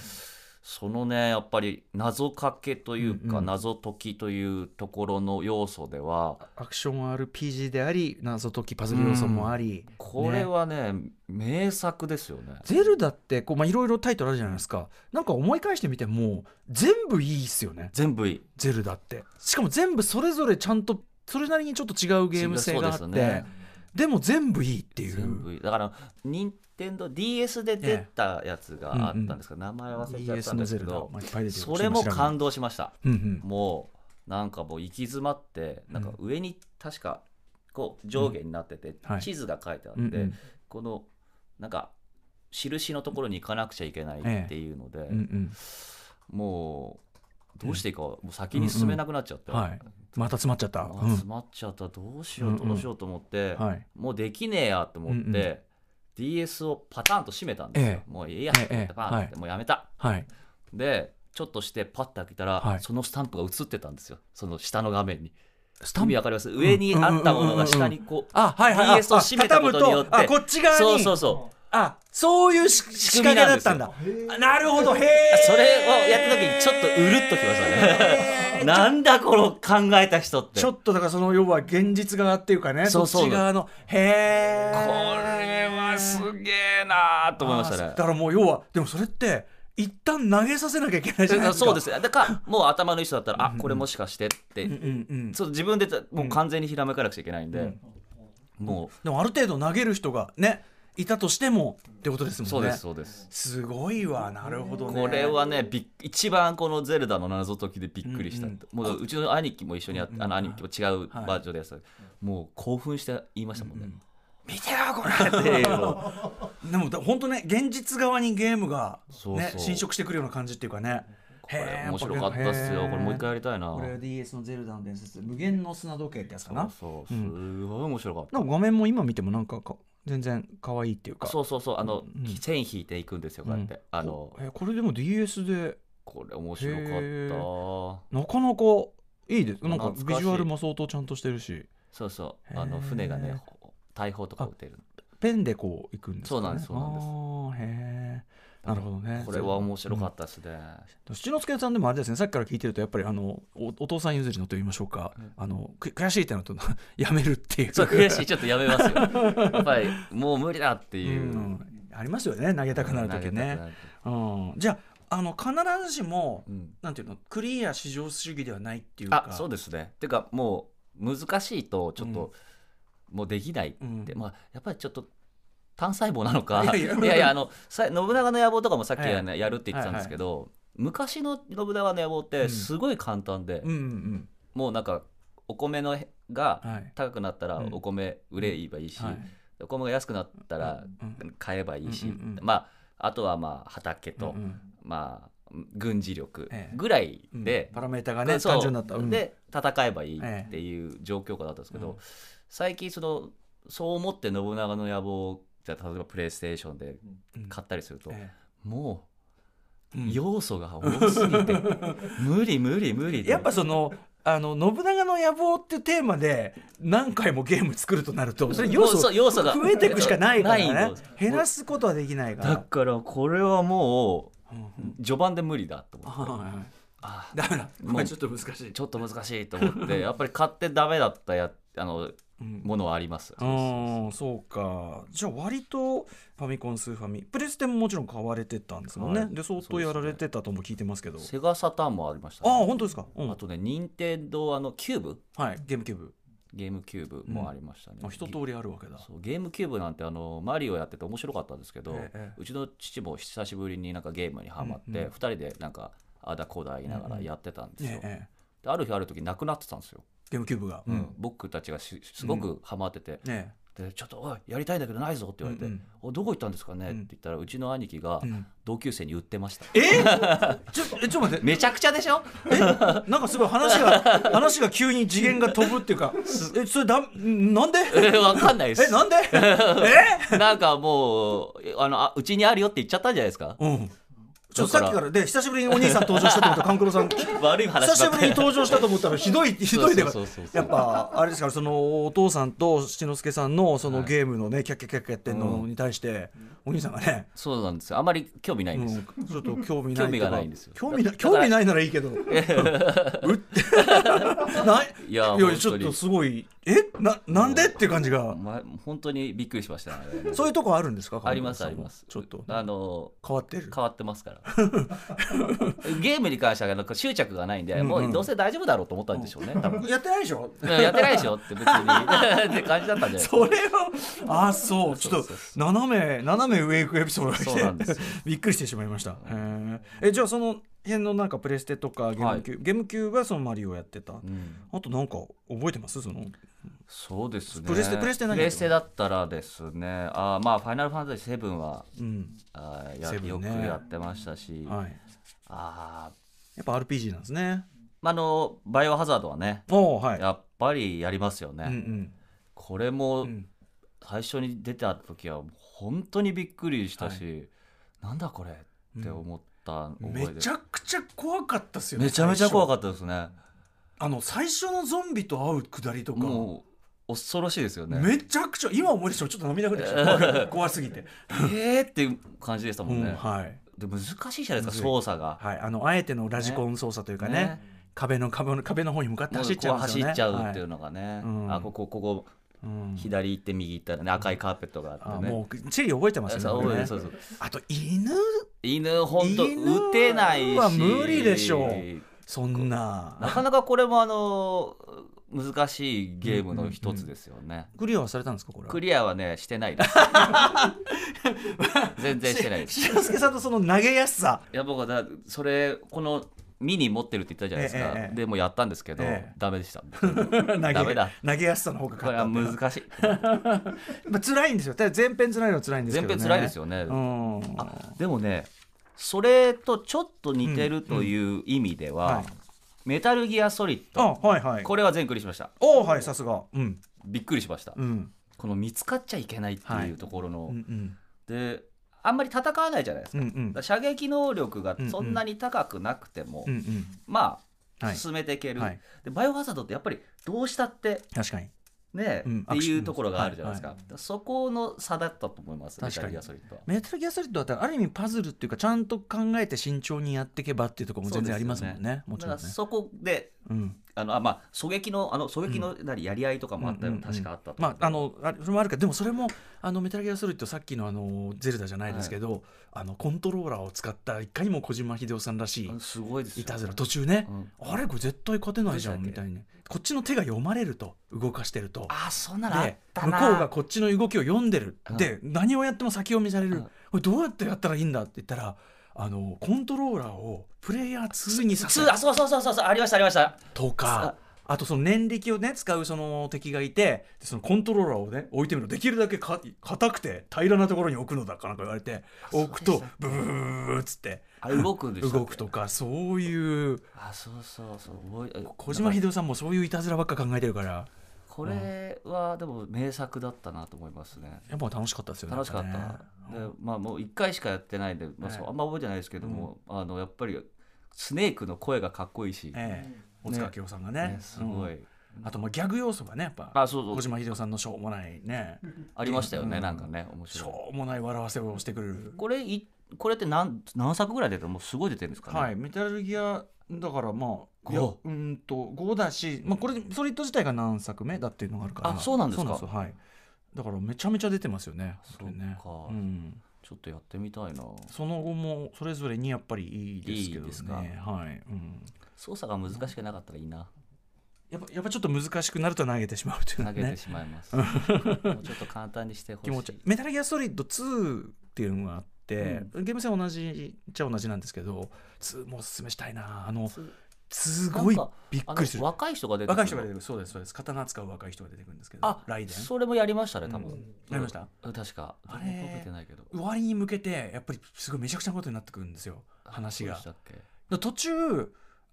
そのねやっぱり謎かけというか、うんうん謎解きというところの要素ではアクション RPG であり謎解きパズル要素もあり、これはね名作ですよね。ゼルダってこうまあいろいろタイトルあるじゃないですかなんか思い返してみても全部いいっすよね全部いいゼルダってしかも全部それぞれちゃんとそれなりにちょっと違うゲーム性があってそで,、うですよねも全部いいっていう全部いいだから任天堂 d s で出たやつがあったんですけど、名前忘れちゃった ES んのですゼけルダどまあいっぱい出てるそれも感動しましたうんうんもうなんかもう行き詰まってなんか上に確かこう上下になってて、はい地図が書いてあって、うんうんこのなんか印のところに行かなくちゃいけないっていうので、うんもうどうしていいかもう先に進めなくなっちゃって、うんはいまた詰まっちゃった、あうん詰まっちゃったどうしようどうしようと思って、はいもうできねえやと思って、うんうん DS をパターンと閉めたんですよ、えもういいや、ええええパーンって、はいもうやめたはいでちょっとしてパッと開けたら、はいそのスタンプが映ってたんですよその下の画面にス意味わかります上にあったものが下にこう,、あはいはい DS を閉めたことによってあこっち側にそうそうそうあそういうし仕組み掛けなだんっでたすよんだあなるほどへえそれをやった時にちょっとうるっときましたね なんだこの考えた人っ てちょっとだからその要は現実側っていうかねそそうそうっち側のへえこれはすげえなーと思いましたあねーだからもう要はでもそれって一旦投げさせなきゃいけないじゃないですかそうですねだからもう頭のいい人だったらあこれもしかしてって、うんうんそう自分でもう完全にひらめかなくちゃいけないんで、もでもある程度投げる人がねいたとしてもってことですもうんねそうですそうです、すごいわなるほどねこれはねびっ一番この「ゼルダの謎解き」でびっくりした、もううちの兄貴も一緒にやって、あの兄貴も違うバージョンでやってた、もう興奮して言いましたもんね、見てよこれっていうのをでも本当ね現実側にゲームがそうねそう侵食してくるような感じっていうかねこれ面白かったっすよこれもう一回やりたいなこれ DS のゼルダの伝説無限の砂時計ってやつかなそうすごい面白かった、なんか画面も今見てもなんかか全然可愛いっていうかそうそうそうあの、線引いていくんですよこうやって、あのえこれでも DS でこれ面白かへったなかなかいいですなんか懐かビしいジュアルも相当ちゃんとしてるしそうそうあへのー船がねほ大砲とか撃てるペンでこういくんですか、ね、そうなんですそうなんですあーへえなるほどねこれは面白かったですね、七之助さんでもあれですねさっきから聞いてるとやっぱりあのおお父さん譲りのと言いましょうか、あのく悔しいってなると やめるっていうそう悔しいちょっとや めますよやっぱりもう無理だっていうう、んありますよね投げたくなる投時げたくねな、るうん、じゃああの必ずしも、うんなんていうのクリア至上主義ではないっていうかあそうですねっていうかもう難しいとちょっと、もうできないって、うんまあやっぱりちょっと単細胞なのかいいややいいややあのさ信長の野望とかもさっき、ねはやるって言ってたんですけど、昔の信長の野望ってすごい簡単で、うんうんもうなんかお米のへがうんはい高くなったらお米売ればいいし、はいお米が安くなったらうん買えばいいし、うんうんうんまああとはまあ畑と、うんうんまあ軍事力ええぐらいうんで、パラメータがねそう単純だった、うんで戦えばいいっていう状況下だったんですけど、最近そのそう思って信長の野望をじゃあ例えばプレイステーションで買ったりすると、えもう要素が多すぎ て、無理無理無理えやっぱそのあの信長の野望ってテーマで何回もゲーム作るとなるとそれ要もうそ素う要素が増えていくしかないからないねの減らすことはできないかだらからこれはもうう序盤で無理だと思って、はいはいあダメだこもれうちょっと難しいちょっと難しいと 思ってやっぱり買ってダメだったやあのものはあります、うんそうかじゃあ割とファミコンスーファミプレステももちろん買われてたんですもんね、はいで相当やられてたとも聞いてますけど、セガサターンもありましたああね、本当ですか、うんあとね任天堂あのキューブはいゲームキューブゲームキューブもありましたね、あ一通りあるわけだそうゲームキューブなんてあのマリオやってて面白かったんですけど、ええうちの父も久しぶりになんかゲームにはまって、二2人でなんかあだこうだ言いながらやってたんですよ、ええである日ある時なくなってたんですよ、ゲームキューブが。ううんん、僕たちがしすごくハマってて、ねでちょっとおいやりたいんだけどないぞって言われて、うんうんおどこ行ったんですかね、うんって言ったらうちの兄貴がうん同級生に売ってました、ええ ちょえちょっと待って、めちゃくちゃでしょ なんかすごい話 が話が急に次元が飛ぶっていうか、えそれだなんで？えわかんないですえなんで？え？なんかもうあのあうちにあるよって言っちゃったんじゃないです かうん。ちょっとさっきからで久しぶりにお兄さん登場したと思った勘九郎さん。悪い話久しばっぶかりりに登場したと思ったらひどいひどいでそうそうそうそうやっぱあれですからそのお父さんと七之助さんのそのゲームのねキャッキャッキャッキャやってんのに対してお兄さんがねそうなんですよあまり興味ないんですよ、うんちょっと興味ないとか興味がないんですよ興味なだから興味ないならいいけどうってないいやい本当にちょっとすごいえななんでっていう感じがま本当にびっくりしましたねあれそういうとこあるんですかありますあ神田さりんますちょっとあの変わってる変わってますから ゲームに関してはなんか執着がないんで、もうどうせ大丈夫だろうと思ったんでしょうね、多分やってないでしょやってないでしょって 別にって感じだったんじゃないです かそれはあそうちょっと そうそう斜め斜め上行くエピソードがそうなんで来すてよびっくりしてしまいました、へええじゃあその辺のなんかプレステとかゲーム級、ゲーム級がそのマリオやってた、うんあとなんか覚えてますそのそうですねプレステプレステ何やってるのプレステだったらですねあーまあ「ファイナルファンタジー7は」うんあーやセブンねよくやってましたし、はいあーやっぱ RPG なんですねまああの「バイオハザード」はねおおはいやっぱりやりますよね、うんうんこれも、うん最初に出た時は本当にびっくりしたし、なんだこれって思った覚えでめちゃくちゃ怖かったっすよねめちゃめちゃ怖かっかったですねたあの最初のゾンビと会うくだりとかもう恐ろしいですよねめちゃくちゃ今思い出してもちょっと涙ぐらいでした怖すぎて、えーっていう感じでした もんね、はいで難しいじゃないでむずすいか操作が、はい、あのあえてのラジコン操作というかねね壁の壁の壁の方に向かってもう走っちゃうんですよね。こう走っちゃうっていうはのがね、うんあここここいうん左行って右行ったらね赤いカーペットがああってねもうチェリー覚えてますよねそうこれね。そうそうあと犬犬本当犬は打てないし無理でしょうそんななかなかこれもあの難しいゲームの一つですよね、クリアはされたんですかこれは。クリアはねしてないです 全然してないですししのすけさんとその投げやす さ。いや僕はだそれこのミニ持ってるって言ったじゃないですか、ええええでもやったんですけど、ええダメでした投げダメだ投げやすさの方がこ勝れったはっていうのは難しいまあ辛いんですよ。ただ前編辛いのは辛いんですけ前どね。編辛いですよね、うん。あでもねそれとちょっと似てるという意味では、うんはいメタルギアソリッあドはいはい。これは全クリしましたおーはいさすが。うんびっくりしました、うんこの見つかっちゃいけないってはいいうところの、うんうんであんまり戦わないじゃないですうか,、んうん射撃能力がうんうんそんなに高くなくても、うんうんまはあい進めていける、はいでバイオハザードってやっぱりどうしたって確かに。ね、うんっていうところがあるじゃないですか、アクそこの差だったと思いますメ確かにタルギアソリッドはメタルギアソリッドだったらある意味パズルっていうかちゃんと考えて慎重にやっていけばっていうところも全然ありますもんねそうですよもちろだんかねら。そこでうんあのあまあ狙撃のあの狙撃のなりやり合いとかもあったよ、うんうんうん確かあったと思うまあ、あのあそれもあるけどでもそれもあのメタルギアソリッドさっきのあのゼルダじゃないですけど、あのコントローラーを使ったいかにも小島秀夫さんらしすごいですいいよたずら途中ね、うんあれこれ絶対勝てないじゃんどみうしたたいっにこっちの手が読まれると動かしてるとあそんなのあっでた向こうながこっちの動きを読んでる、うんで何をやっても先を見される、うんこれどうやってやったらいいんだって言ったらあのコントローラーをプレイヤー2にさせる2あそうそうそうそうそうありましたありましたとかあとその念力をね使うその敵がいてでそのコントローラーをね置いてみるできるだけか硬くて平らなところに置くのだかなんか言われて置くとブーブーブーブーっつってあ動くんでしたっけ動くとかそういうあそうそうそう覚え小島秀夫さんもそういういたずらばっか考えてるからこれはでも名作だったなと思いますねやっぱ楽しかったですよね楽しかった、やぱねでまあもう1回しかやってないんで、まあ、そうあんま覚えてないですけども、あのやっぱりスネークの声がかっこいいし、ええ大塚明夫さんがねねすごい、うんあとまあギャグ要素がねやっぱあそうそう小島秀夫さんのしょうもないねありましたよね、うんなんかね面し白ょうもない笑わせをしてくれるいこれいこれって何何作ぐらい出てるもうすごい出てるんですかね、はい、メタルギアだからまあ五いやうーんと5だし、まあ、これソリッド自体が何作目だっていうのがあるからあそうなんですかよはい、だからめちゃめちゃ出てますよねそうか本当にねうん、ちょっとやってみたいなその後もそれぞれにやっぱりいいですけどいいねですかはいうん、操作が難しくなかったらいいなやっぱやっぱちょっと難しくなると投げてしまうという投ねげてしまいます、もうちょっと簡単にしてほし気い持ちメタルギアソリッド2っていうのがあって、ゲーム性は同じっちゃ同じなんですけど2もおすすめしたいなあのつすごいなんかびっくりすあるの若い人が出て若い人が出てるくるそうですそうです刀使う若い人が出てくるんですけどあライデンそれもやりましたね多う分んやりましたうん確かあれ全然覚えてないけど終わりに向けてやっぱりすごいめちゃくちゃなことになってくるんですよ話どうがでしたっけだ途中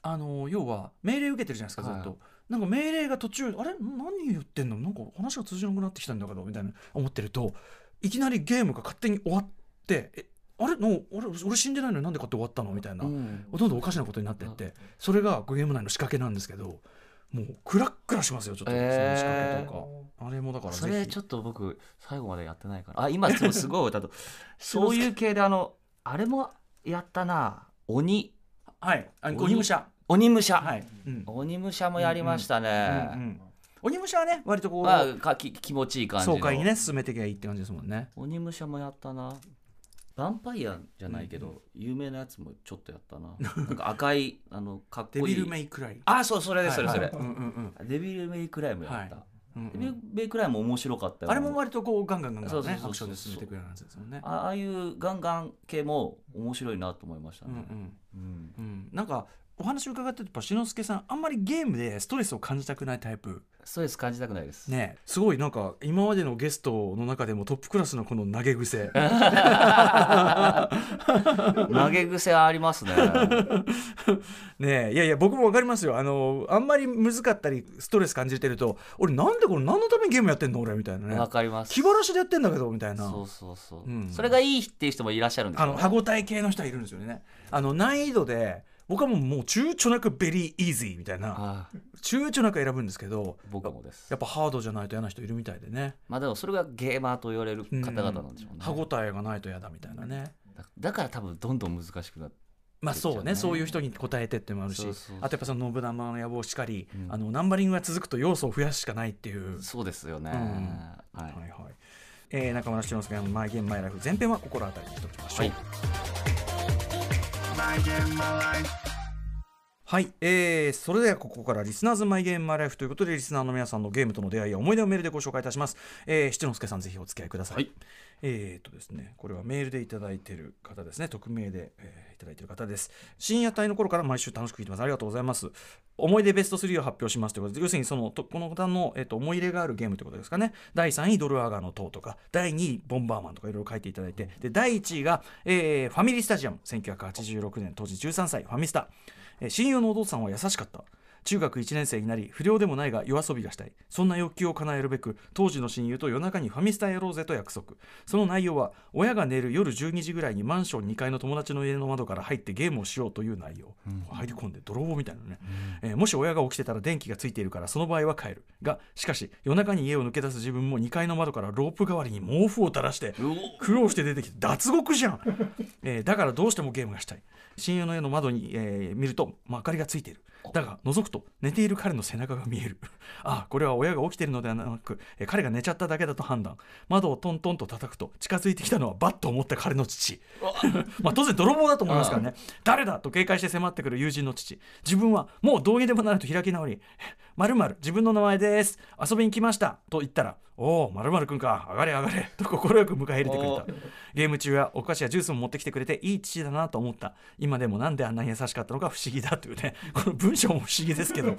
あの要は命令受けてるじゃないですかずっと、はなんか命令が途中あれ何言ってんのなんか話が通じなくなってきたんだけどみたいな思ってるといきなりゲームが勝手に終わってえあれの俺俺死んでないのになんで勝手に終わったのみたいな、うんどんどんおかしなことになってってそれがゲーム内の仕掛けなんですけどもうクラックラしますよちょっと、えーその仕掛けとかあれもだからそぜれひちょっと僕最後までやってないからあ今でもすごい 歌とそういう系であのあれもやったな鬼はいあの鬼武者鬼武者、はい、うん鬼武者もやりましたね、うんうん鬼武者はね割とこう、まあかき気持ちいい感じの爽快にね進めていけばいいって感じですもんね鬼武者もやったなヴァンパイアじゃないけど、有名なやつもちょっとやったななんか赤い あのかっデこいビいルメイクライあそうそれですそれそれ、うんうんうんデビルメイクライもやった、はいうんうデんビルメイクライも面白かったよあれも割とこうガンガンガンガそンうそうねそうそアうクションで進めていくようなやつですもんねあああいうガンガン系も面白いなと思いましたうんうね、んうんうんなんかお話伺ってると志の輔さんあんまりゲームでストレスを感じたくないタイプストレス感じたくないです、ねえすごいなんか今までのゲストの中でもトップクラスのこの投げ 癖投げ癖ありますねねえいやいや僕も分かりますよあのあんまり難かったりストレス感じてると俺なんでこれ何のためにゲームやってんの俺みたいな わねかります気晴らしでやってんだけどみたいなそうそうそう、うんそれがいいっていう人もいらっしゃるんですあよ、の歯応え系の人はいるんですよねあの難易度で僕はもうもう躊躇なくベリーイージーみたいなああ躊躇なく選ぶんですけど僕もですやっぱハードじゃないと嫌な人いるみたいでねまあでもそれがゲーマーと言われる方々なんでしょうね、歯応えがないと嫌だみたいなねだだから多分どんどん難しくなってまあそうそうねですそよねういう人に応えてってのもあるしそうそうそうあとやっぱその信長の野望しかり、うんあのナンバリングが続くと要素を増やすしかないっていう。そうですよね、うんはい、はいはいえー中村俊介の「マイ・ゲーム・マイ・ライフ」前編は心当たりにしておきましょう。ははいい、えーそれではここからリスナーズマイゲームマイライフということでリスナーの皆さんのゲームとの出会いや思い出をメールでご紹介いたします。えー、七之助さんぜひお付き合いください。はいえーっとですね、これはメールでいただいている方ですね、匿名で、えーいただいている方です。深夜帯の頃から毎週楽しく聞いてます。ありがとうございます。思い出ベスト3を発表しますということで、要するにそのとこの方の、えっと思い入れがあるゲームということですかね、第3位、ドルアガーの塔とか、第2位、ボンバーマンとかいろいろ書いていただいて、で第1位が、えーファミリースタジアム、1986年、当時13歳、ファミスタ。えー親友のお父さんは優しかった。中学1年生になり不良でもないが夜遊びがしたいそんな欲求を叶えるべく当時の親友と夜中にファミスタやろうぜと約束その内容は親が寝る夜12時ぐらいにマンション2階の友達の家の窓から入ってゲームをしようという内容、入り込んで泥棒みたいなね、えーもし親が起きてたら電気がついているからその場合は帰るがしかし夜中に家を抜け出す自分も2階の窓からロープ代わりに毛布を垂らして苦労して出てきて脱獄じゃん、えーだからどうしてもゲームがしたい親友の家の窓に、えー見ると、まあ、明かりがついているだが覗くと寝ている彼の背中が見える ああこれは親が起きているのではなく、えー彼が寝ちゃっただけだと判断窓をトントンと叩くと近づいてきたのはバッと思った彼の父 まあ当然泥棒だと思いますからね誰だと警戒して迫ってくる友人の父自分はもうどうにでもなると開き直り「まる自分の名前です遊びに来ました」と言ったら「おおまるくんか上がれ上がれ」と快く迎え入れてくれおたゲーム中はお菓子やジュースも持ってきてくれていい父だなと思った今でもなんであんなに優しかったのか不思議だというね この文章も不思議ですけど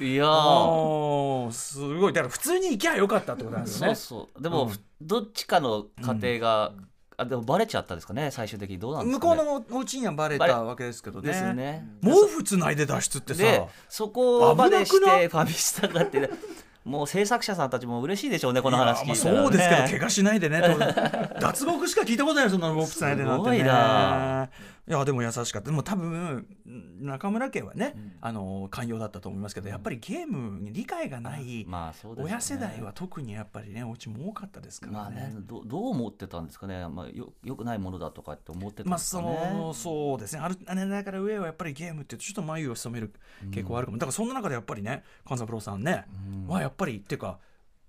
いやーああすごいだから普通に行きゃよかったってことなんですよそうねそうでも、どっちかの家庭が、あでもバレちゃったんですかね最終的にどうなんです向か、こうね、のお家にはバレたわけですけどねですね毛布つないで脱出ってさでそこまで危しなくないてファミスタ がってもう制作者さんたちも嬉しいでしょうねこの話い聞やいーたまあら、ね、そうですけど、怪我しないでね、 当然脱獄しか聞いたことないよ、そんなの、僕、つないでなんて、ね。すごいいや、でも優しかった、でも多分、中村家はね、あの寛容だったと思いますけど、やっぱりゲームに理解がない、まあそうですよね親世代は特にやっぱりね、お家も多かったですからね。まあねどどう思ってたんですかね、まあ、よよくないものだとかって思ってたんまであすかそね、のそうですねある年代から上はやっぱりゲームっていうとちょっと眉を潜める傾向はあるかも、だからそんな中でやっぱりね勘三郎さんね、はやっぱりっていうか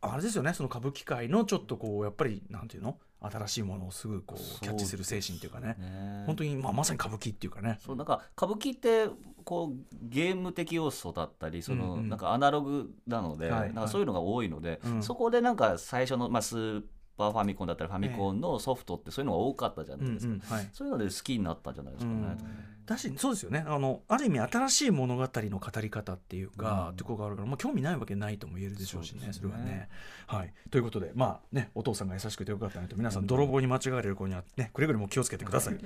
あれですよねその歌舞伎界のちょっとこうやっぱりなんていうの新しいものをすぐこそううキャッチする精神っていうかねね本当に、まあ、まさに歌舞伎っていうかねそうなんか歌舞伎ってこうゲーム的要素だったりその、うんうんなんかアナログなので、はいなんかそういうのが多いので、うんそこでなんか最初の、まあ、スーパーファミコンだったりファミコンのソフトってそういうのが多かったじゃなういんですうか、んはいそういうので好きになったんじゃないですかね。うんだだしそうですよねあのある意味新しい物語の語り方っていうか、うんってことがあるから、まあ、興味ないわけないとも言えるでしょうしねそそうですれねはね。はい、ということでまあねお父さんが優しくてよかったねと皆さん泥棒に間違われる子にはねくれぐれも気をつけてくだ さい。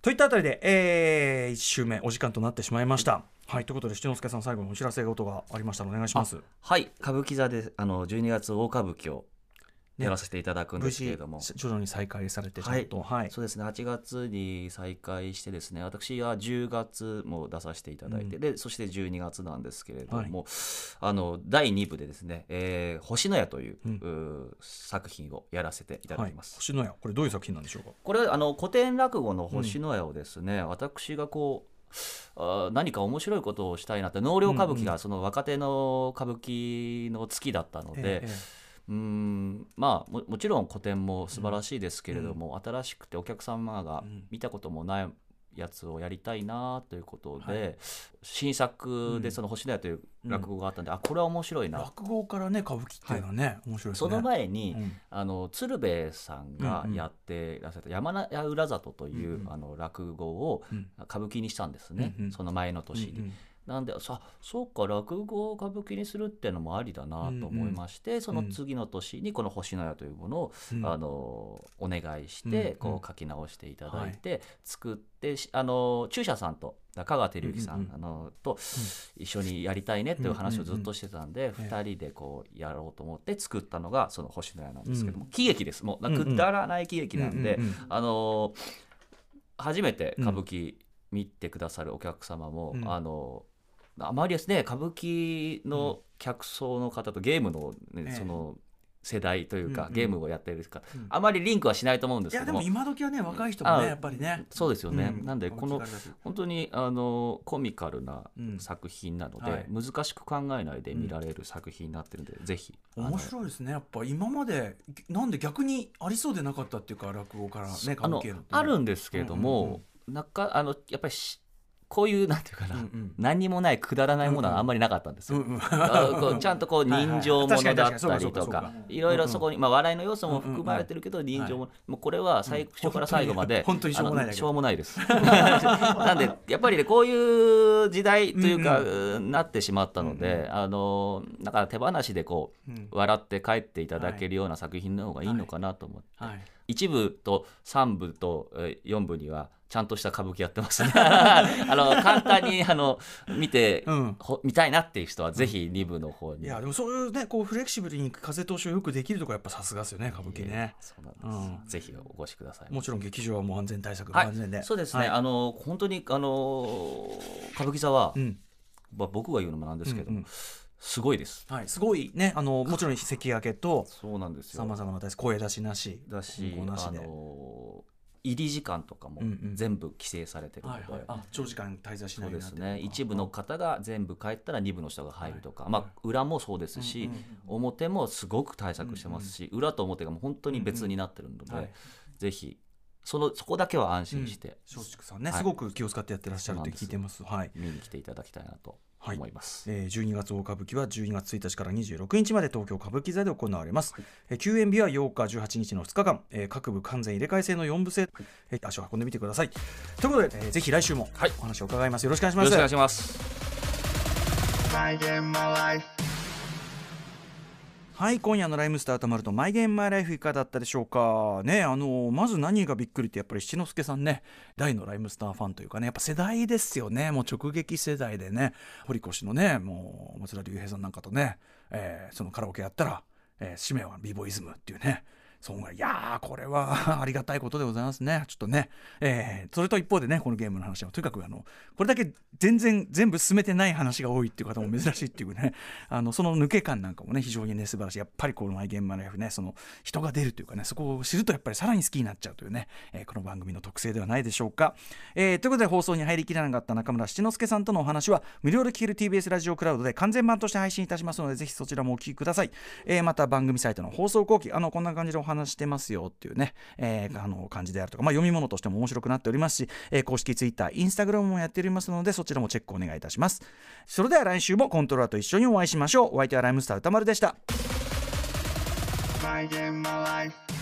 といったあたりで、え1週目お時間となってしまいました。はいということで七之助さん最後のお知らせ事がありましたらお願いします。はい歌舞伎座であの12月大歌舞伎をやらせていただくん無ですけ事れども、徐々に再開されてちゃんと、はいそうですね8月に再開してですね私は10月も出させていただいて、うんでそして12月なんですけれども、あの第2部でですね「えー星のや」という,、うんうー作品をやらせていただきます。星のやこれどういう作品なんでしょうか。これはあの古典落語の星のやをですね、私がこうあー何か面白いことをしたいなって納涼歌舞伎うんがその若手の歌舞伎の月だったので、ええうーんまあももちろん古典も素晴らしいですけれども、新しくてお客様がうん見たこともないやつをやりたいなということで、はい新作うんで「その星のや」という落語があったんで、あこれは面白いな、落語からね歌舞伎っていうのはね、面白いですそね。の前に、うんあの鶴瓶さんがやってらっしゃった「山名屋裏里」という、うんうんあの落語をうん歌舞伎にしたんですね、うんうんその前の年に。うんうんなんでさそうか落語を歌舞伎にするっていうのもありだなと思いまして、その次の年にこの「星のや」というものをうんあのお願いしうてんこう書き直していただいて作ってしあの中車さんと中川照之さうんうんんうんあのと一緒にやりたいねっていう話をずっとしてたんでうんうん2人でこうやろうと思って作ったのがその星のやなんですけども喜劇ですもうなくだらない喜劇なんでうんうんうんあの初めて歌舞伎見てくださるお客様もうんあのあまりですね歌舞伎の客層の方とゲームのねええその世代といううんかうんゲームをやってるかうんあまりリンクはしないと思うんでいすやけでどもも今時はね若い人もねあやっぱりねそうですよね、うんなんでこの歌舞伎からだと本当にあのコミカルなうん作品なのはでい、難しく考えないで見られる作品になってるんで、ぜひあの面白いですねやっぱ今までなんで逆にありそうでなかったっていうか落語からねあ歌舞の伎へのあるんですけれども、うんうんなんかあのやっぱりしこういうなんていうかな、うんうん何にもないくだらないものうんうんはあんまりなかったんですうんよ。うん あ こうちゃんとこう人情ものだはいったりはい確かに確とかにそうかかそうかいろいろそこにまあ笑いの要素も含まれてるけど人情ももうこれは最初から最後まで本当に本当にしょうもないんだけどあのしょうもないです なんでやっぱりねこういう時代というかなってしまったのであのだから手放しでこううん笑って帰っていただけるような作品の方がいいのかなと思ってはい一部と三部とえー四部にはちゃんとした歌舞伎やっ てますねあの簡単にあの見て、うんほ見たいなっていう人はぜひ二部の方にいやでもそういうねこうフレキシブルに風通しをよくできるとこやっぱさすがですよね歌舞伎ねそうなんです、うぜひお越しくださいもちろん劇場はもう安全対策はい万全でそうですね、はいあの本当にあの歌舞伎座は、うんまあ、僕が言うのもなんですけれども、うんうんすごいですはいすごいねあのもちろん関明けとそうなんですさよまざまな対策声出しなしだしこうなしあでの入り時間とかもうんうん全部規制されてるのはで、いはいあ長時間滞在しそなういよでになっすてるのねか一部の方が全部帰ったら二部の人が入るとか、はいまあ、裏もそうですし、うんうん表もすごく対策してますし、裏と表がもう本当に別になってるので、うんうんはいぜひそのそこだけは安うん心して松竹さんね、はいすごく気を使ってやってらっしゃるって聞いてます。はい。見に来ていただきたいなとはい思います。えー、12月大歌舞伎は12月1日から26日まで東京歌舞伎座で行われます、えー休演日は8日18日の2日間、えー各部完全入れ替え制の4部制、えー足を運んでみてくださいということで、えーぜひ来週もはいお話を伺いますよろしくお願いしよまろしすくお願いします。 My game, my life. はい今夜の「ライムスターたまるとマイゲームマイライフ」いかがだったでしょうかねあのまず何がびっくりってやっぱり七之助さんね大のライムスターファンというかねやっぱ世代ですよねもう直撃世代でね堀越のねもう松田龍平さんなんかとね、えーそのカラオケやったら「えー、使命はビーボイズム」っていうねそんぐらいいやーこれは ありがたいことでございますねちょっとね、えーそれと一方でねこのゲームの話はとにかくあのこれだけ全然全部進めてない話が多いっていう方も珍しいっていうね あのその抜け感なんかもね非常にね素晴らしいやっぱりこの「マイ・ゲーム・マイ・ライフね」その人が出るというかねそこを知るとやっぱりさらに好きになっちゃうというね、えーこの番組の特性ではないでしょうか、えーということで放送に入りきらなかった中村七之助さんとのお話は無料で聴ける TBS ラジオクラウドで完全版として配信いたしますのでぜひそちらもお聴きください、えーまた番組サイトの放送後期あのこんな感じでお話してますよっていうね、えーあの感じであるとか、まあ、読み物としても面白くなっておりますし、えー公式 Twitter、Instagram もやっておりますのでそちらもチェックお願いいたしますそれでは来週もコントローラーと一緒にお会いしましょうお相手はライムスター歌丸でした My game, my life.